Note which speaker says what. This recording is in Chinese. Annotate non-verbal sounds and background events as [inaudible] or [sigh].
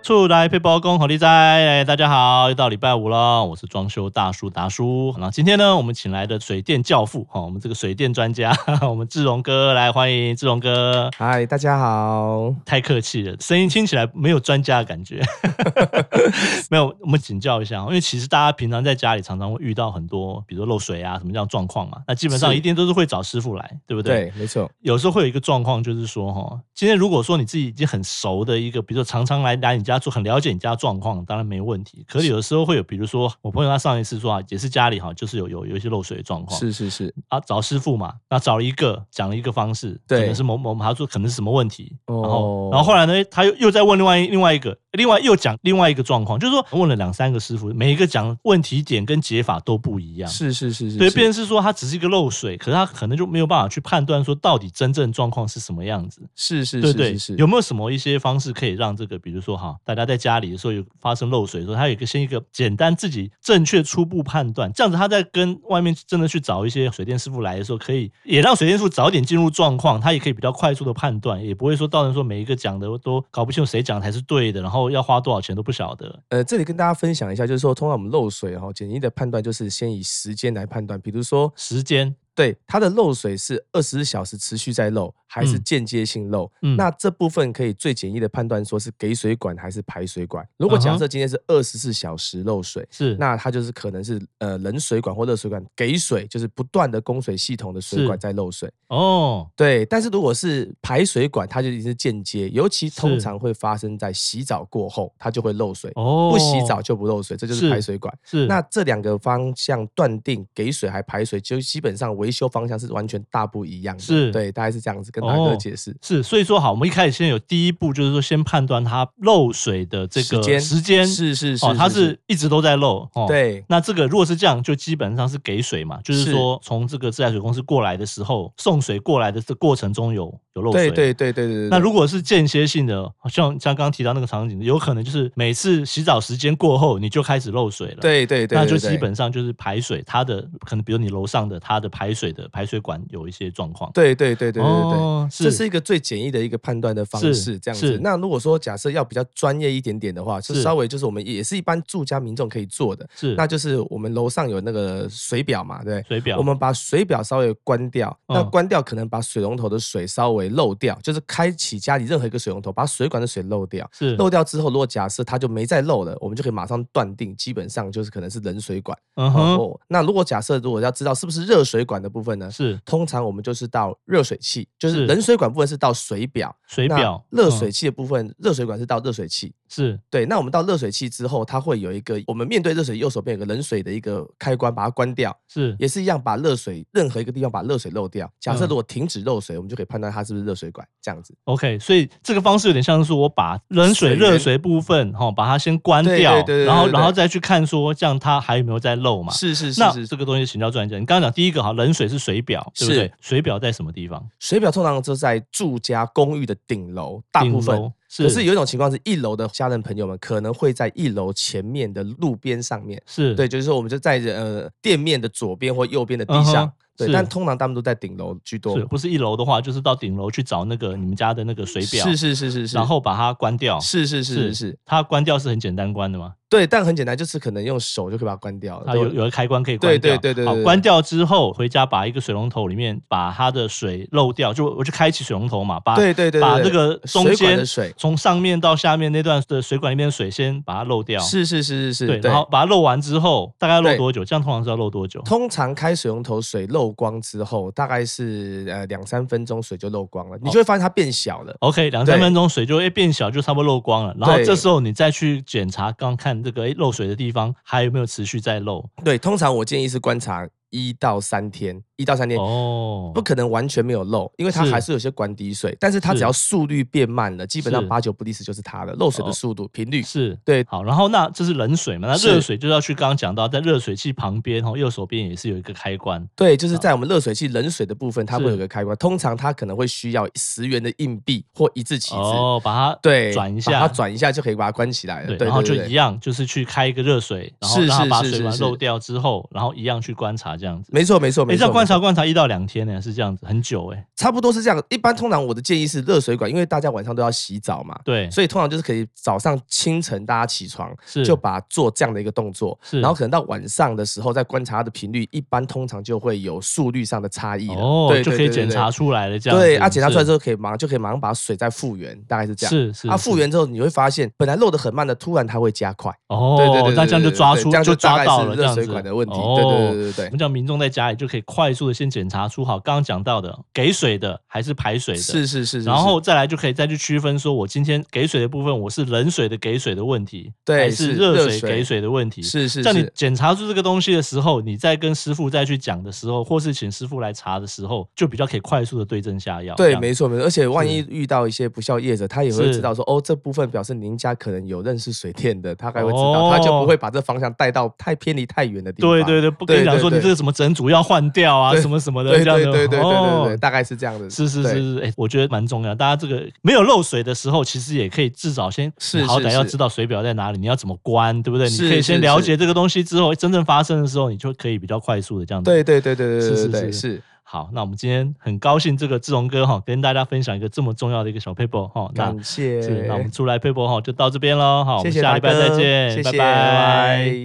Speaker 1: 厝来配包工好利哉！哎，大家好，又到礼拜五了，我是装修大叔达叔。那今天呢，我们请来的水电教父哈、哦，我们这个水电专家， [laughs] 哈哈我们志荣哥来欢迎志荣哥。
Speaker 2: 嗨，大家好。
Speaker 1: 太客气了，声音听起来没有专家的感觉。 [laughs] 没有，我们请教一下，因为其实大家平常在家里常常会遇到很多，比如说漏水啊什么这样的状况嘛，那基本上
Speaker 2: 是
Speaker 1: 一定都是会找师傅来，对不对？
Speaker 2: 对，没错，
Speaker 1: 有时候会有一个状况，就是说哈，今天如果说你自己已经很熟的一个，比如说常常来来你家住，很了解你家状况，当然没问题。可是有的时候会有，比如说我朋友他上一次说啊，也是家里哈，就是有有有一些漏水的状况，
Speaker 2: 是是是，
Speaker 1: 啊找师傅嘛，那找了一个讲了一个方式，
Speaker 2: 对
Speaker 1: 可能是某某他说可能是什么问题，
Speaker 2: 哦
Speaker 1: 然后然后后来呢，他又又再问另外一另外一个，另外又讲另外一个状况，就是说问了两三个师傅，每一个讲问题点跟解法都不一样，
Speaker 2: 是是是是，
Speaker 1: 对，
Speaker 2: 是
Speaker 1: 变成是说它只是一个漏水，可是它可能就没有办法去判断说到底真正状况是什么样子，
Speaker 2: 是是
Speaker 1: 对
Speaker 2: 是
Speaker 1: 不对
Speaker 2: 是是，
Speaker 1: 有没有什么一些方式可以让这个，比如说哈，大家在家里的时候有发生漏水的时候，它有一个先一个简单自己正确初步判断，这样子他在跟外面真的去找一些水电师傅来的时候，可以也让水电师傅早点进入状况，他也可以比较快速的判断，也不会说到时候说每一个讲的都搞不清楚谁讲的才是对的，然后要花多少钱都不晓得。
Speaker 2: 呃，这里跟大家分享一下，就是说，通常我们漏水哈，简易的判断就是先以时间来判断，比如说，
Speaker 1: 时间，
Speaker 2: 对它的漏水是二十四小时持续在漏，还是
Speaker 1: 嗯
Speaker 2: 间接性漏？
Speaker 1: 嗯
Speaker 2: 那这部分可以最简易的判断，说是给水管还是排水管。如果
Speaker 1: 嗯
Speaker 2: 假
Speaker 1: 哼
Speaker 2: 设今天是二十四小时漏水，
Speaker 1: 是
Speaker 2: 那它就是可能是呃冷水管或热水管给水，就是不断的供水系统的水
Speaker 1: 是
Speaker 2: 管在漏水。
Speaker 1: 哦，
Speaker 2: 对，但是如果是排水管，它就一定是间接，尤其通
Speaker 1: 是
Speaker 2: 常会发生在洗澡过后，它就会漏水。
Speaker 1: 哦，
Speaker 2: 不洗澡就不漏水，这就是是排水管。
Speaker 1: 是
Speaker 2: 那这两个方向断定给水还排水，就基本上维修方向是完全大不一样的。
Speaker 1: 是
Speaker 2: 对，大概是这样子跟大哥
Speaker 1: 哦
Speaker 2: 解释。
Speaker 1: 是，所以说好，我们一开始先有第一步，就是说先判断它漏水的这个
Speaker 2: 时间
Speaker 1: 时间
Speaker 2: 是是是
Speaker 1: 哦，它是一直都在漏哦。。
Speaker 2: 对
Speaker 1: 那这个如果是这样，就基本上是给水嘛，就是
Speaker 2: 是
Speaker 1: 说从这个自来水公司过来的时候，送水过来的这过程中有有哦漏水。
Speaker 2: 对对对对对。
Speaker 1: 那
Speaker 2: 对
Speaker 1: 如果是间歇性的，好像像刚刚提到那个场景，有可能就是每次洗澡时间过后，你就开始漏水了。
Speaker 2: 对对对，
Speaker 1: 那
Speaker 2: 对
Speaker 1: 就
Speaker 2: 对
Speaker 1: 基本上就是排水，它的可能比如你楼上的它的排水的排水管有一些状况。
Speaker 2: 对对对对对对对。
Speaker 1: 哦
Speaker 2: 这是一个最简易的一个判断的方
Speaker 1: 是
Speaker 2: 式，这样
Speaker 1: 是
Speaker 2: 子。那如果说假设要比较专业一点点的话，就是稍微就是我们也是一般住家民众可以做的，
Speaker 1: 是
Speaker 2: 那就是我们楼上有那个水表嘛，对不对，
Speaker 1: 水表
Speaker 2: 我们把水表稍微关掉，那
Speaker 1: 嗯
Speaker 2: 关掉可能把水龙头的水稍微漏掉，就是开启家里任何一个水龙头，把水管的水漏掉。
Speaker 1: 是
Speaker 2: 漏掉之后，如果假设它就没再漏了，我们就可以马上断定，基本上就是可能是冷水管。
Speaker 1: 嗯哼，
Speaker 2: 哦，那如果假设如果要知道是不是热水管的部分呢？
Speaker 1: 是
Speaker 2: 通常我们就是到热水器，就是
Speaker 1: 是
Speaker 2: 冷水管部分是到水表，
Speaker 1: 水表
Speaker 2: 那热
Speaker 1: 嗯
Speaker 2: 水器的部分，热水管是到热水器。
Speaker 1: 是
Speaker 2: 对，那我们到热水器之后，它会有一个我们面对热水，右手边有个冷水的一个开关，把它关掉。
Speaker 1: 是
Speaker 2: 也是一样，把热水任何一个地方把热水漏掉。假设
Speaker 1: 嗯
Speaker 2: 如果停止漏水，我们就可以判断它是不是热水管这样子。
Speaker 1: OK，所以这个方式有点像是我把冷水
Speaker 2: 水
Speaker 1: 热
Speaker 2: 源
Speaker 1: 水部分哈、哦把它先关
Speaker 2: 对对
Speaker 1: 掉，
Speaker 2: 对对
Speaker 1: 然后
Speaker 2: 对对
Speaker 1: 然后再去看说这样它还有没有在漏嘛？
Speaker 2: 是是
Speaker 1: 那
Speaker 2: 是是，
Speaker 1: 这个东西请教专家，你刚刚讲第一个哈，冷水是水表，对不
Speaker 2: 是
Speaker 1: 对？水表在什么地方？
Speaker 2: 水表通常都在住家公寓的顶楼，大
Speaker 1: 顶
Speaker 2: 部分
Speaker 1: 楼。是
Speaker 2: 可是有一种情况是，一楼的家人朋友们可能会在一楼前面的路边上面，
Speaker 1: 是
Speaker 2: 对，就是说我们就在呃店面的左边或右边的地
Speaker 1: 嗯哼
Speaker 2: 上，对
Speaker 1: 是，
Speaker 2: 但通常他们都在顶楼居多
Speaker 1: 是，。不是一楼的话，就是到顶楼去找那个你们家的那个水表，
Speaker 2: 是是是是是，
Speaker 1: 然后把它关掉。
Speaker 2: 是是是是是，
Speaker 1: 它关掉是很简单关的嘛，
Speaker 2: 对，但很简单，就是可能用手就可以把它关掉了。
Speaker 1: 它
Speaker 2: 对
Speaker 1: 啊有有个开关可以关掉，
Speaker 2: 对对对对
Speaker 1: 好
Speaker 2: 对对
Speaker 1: 关掉之后回家把一个水龙头里面把它的水漏掉，就我就开启水龙头嘛，把
Speaker 2: 对对对对，
Speaker 1: 把这
Speaker 2: 对
Speaker 1: 个中
Speaker 2: 水管
Speaker 1: 间
Speaker 2: 的水
Speaker 1: 从上面到下面那段的水管里面的水先把它漏掉，
Speaker 2: 是是是是是，
Speaker 1: 对，然后把它漏完之后大概漏
Speaker 2: 对
Speaker 1: 多久？这样通常是要漏多久？
Speaker 2: 通常开水龙头水漏光之后，大概是呃两三分钟水就漏光
Speaker 1: 哦
Speaker 2: 了，你就会发现它变小了。
Speaker 1: OK，两三
Speaker 2: 对
Speaker 1: 分钟水就诶哎变小，就差不多漏光了。然后
Speaker 2: 对
Speaker 1: 这时候你再去检查，刚看这个诶漏水的地方还有没有持续在漏。
Speaker 2: 对，通常我建议是观察一到三天，一到三天。
Speaker 1: 哦，
Speaker 2: 不可能完全没有漏，因为它
Speaker 1: 是
Speaker 2: 还是有些管底水，但是它
Speaker 1: 是
Speaker 2: 只要速率变慢了，基本上
Speaker 1: 是
Speaker 2: 八九不离十就是它的漏水
Speaker 1: 哦
Speaker 2: 的速度、频率。
Speaker 1: 是
Speaker 2: 对
Speaker 1: 好，然后那这是冷水嘛？那
Speaker 2: 是
Speaker 1: 热水就要去刚刚讲到，在热水器旁边哦，右手边也是有一个开关。
Speaker 2: 对，就是在我们热水器冷水的部分，它
Speaker 1: 是
Speaker 2: 会有个开关，通常它可能会需要十元的硬币或一字起子，
Speaker 1: 哦，把它
Speaker 2: 对，
Speaker 1: 转一
Speaker 2: 把
Speaker 1: 下
Speaker 2: 它，转一下就可以把它关起来了。
Speaker 1: 对，
Speaker 2: 对，
Speaker 1: 然后就
Speaker 2: 对对
Speaker 1: 一样，就是去开一个热水，然后
Speaker 2: 是
Speaker 1: 让它
Speaker 2: 是
Speaker 1: 把
Speaker 2: 是
Speaker 1: 水
Speaker 2: 是
Speaker 1: 管
Speaker 2: 是
Speaker 1: 漏掉之后，然后一样去观察这样子。
Speaker 2: 没错没错
Speaker 1: 哎，
Speaker 2: 没
Speaker 1: 这
Speaker 2: 错，
Speaker 1: 样观
Speaker 2: 没错
Speaker 1: 察观察一到两天呢，是这样子，很久哎。
Speaker 2: 差不多是这样。一般通常我的建议是热水管，因为大家晚上都要洗澡嘛，
Speaker 1: 对，
Speaker 2: 所以通常就是可以早上清晨大家起床
Speaker 1: 是
Speaker 2: 就把做这样的一个动作，
Speaker 1: 是
Speaker 2: 然后可能到晚上的时候再观察它的频率，一般通常就会有速率上的差异了。
Speaker 1: 哦
Speaker 2: 对，
Speaker 1: 就可以检查。出来了，这
Speaker 2: 对
Speaker 1: 样
Speaker 2: 对对对，
Speaker 1: 子
Speaker 2: 啊，检查出来
Speaker 1: 是
Speaker 2: 之后可以马上就可以马上把水再复原，大概是这样。
Speaker 1: 是是
Speaker 2: 啊，复
Speaker 1: 是
Speaker 2: 原之后你会发现，本来漏得很慢的，突然它会加快。
Speaker 1: 哦，
Speaker 2: 对对对，
Speaker 1: 那这样就
Speaker 2: 对对
Speaker 1: 抓
Speaker 2: 对
Speaker 1: 出
Speaker 2: 这样
Speaker 1: 就
Speaker 2: 大概
Speaker 1: 抓到
Speaker 2: 是
Speaker 1: 了这
Speaker 2: 热
Speaker 1: 样
Speaker 2: 水
Speaker 1: 子
Speaker 2: 管的问题。
Speaker 1: 哦
Speaker 2: 对对对对
Speaker 1: 我
Speaker 2: 对
Speaker 1: 们讲民众在家里就可以快速的先检查出好刚刚讲到的给水的还是排水
Speaker 2: 对，
Speaker 1: 的，
Speaker 2: 是是是。是
Speaker 1: 然
Speaker 2: 是
Speaker 1: 后再来就可以再去区分说我今天给水的部分我是冷水的给水的问题，
Speaker 2: 对
Speaker 1: 还
Speaker 2: 是
Speaker 1: 热
Speaker 2: 热
Speaker 1: 水
Speaker 2: 水
Speaker 1: 给水的问题。
Speaker 2: 是是
Speaker 1: 在你
Speaker 2: 是，
Speaker 1: 检查出这个东西的时候，你再跟师傅再去讲的时候，或是请师傅来查的时候，就比较可以快速的对症下药。这
Speaker 2: 对，
Speaker 1: 样
Speaker 2: 没错没错。而且万
Speaker 1: 是
Speaker 2: 一遇到一些不孝业者，他也会
Speaker 1: 是
Speaker 2: 知道说，哦，这部分表示您家可能有认识水电的，他该会知道，他就
Speaker 1: 哦
Speaker 2: 不会把这方向带到太偏离太远的地方。
Speaker 1: 对对对，不跟你
Speaker 2: 对
Speaker 1: 讲
Speaker 2: 对
Speaker 1: 说你
Speaker 2: 对
Speaker 1: 这个什么整组要换掉啊，
Speaker 2: 对
Speaker 1: 什么什么的
Speaker 2: 对
Speaker 1: 这样
Speaker 2: 对
Speaker 1: 的。
Speaker 2: 对对对对对，
Speaker 1: 哦
Speaker 2: 大概是这样的。
Speaker 1: 是是
Speaker 2: 对
Speaker 1: 是是，哎、我觉得蛮重要。大家这个没有漏水的时候，其实也可以至少先，
Speaker 2: 是
Speaker 1: 你好
Speaker 2: 是
Speaker 1: 歹要
Speaker 2: 是
Speaker 1: 知道水表在哪里，你要怎么关，对不对？你
Speaker 2: 是
Speaker 1: 可以先
Speaker 2: 是
Speaker 1: 了
Speaker 2: 是
Speaker 1: 解这个东西之后，真正发生的时候，你就可以比较快速的这样子。
Speaker 2: 对对对对对
Speaker 1: 是
Speaker 2: 对
Speaker 1: 是
Speaker 2: 对对
Speaker 1: 是
Speaker 2: 是。
Speaker 1: 好，那我们今天很高兴，这个志荣哥哈、跟大家分享一个这么重要的一个小 paper 哈、那
Speaker 2: 感谢，
Speaker 1: 是那我们出来 paper 哈、就到这边喽哈，我
Speaker 2: 谢
Speaker 1: 们
Speaker 2: 谢
Speaker 1: 下
Speaker 2: 达
Speaker 1: 礼拜再
Speaker 2: 哥
Speaker 1: 见，
Speaker 2: 谢谢，
Speaker 1: 拜
Speaker 2: 拜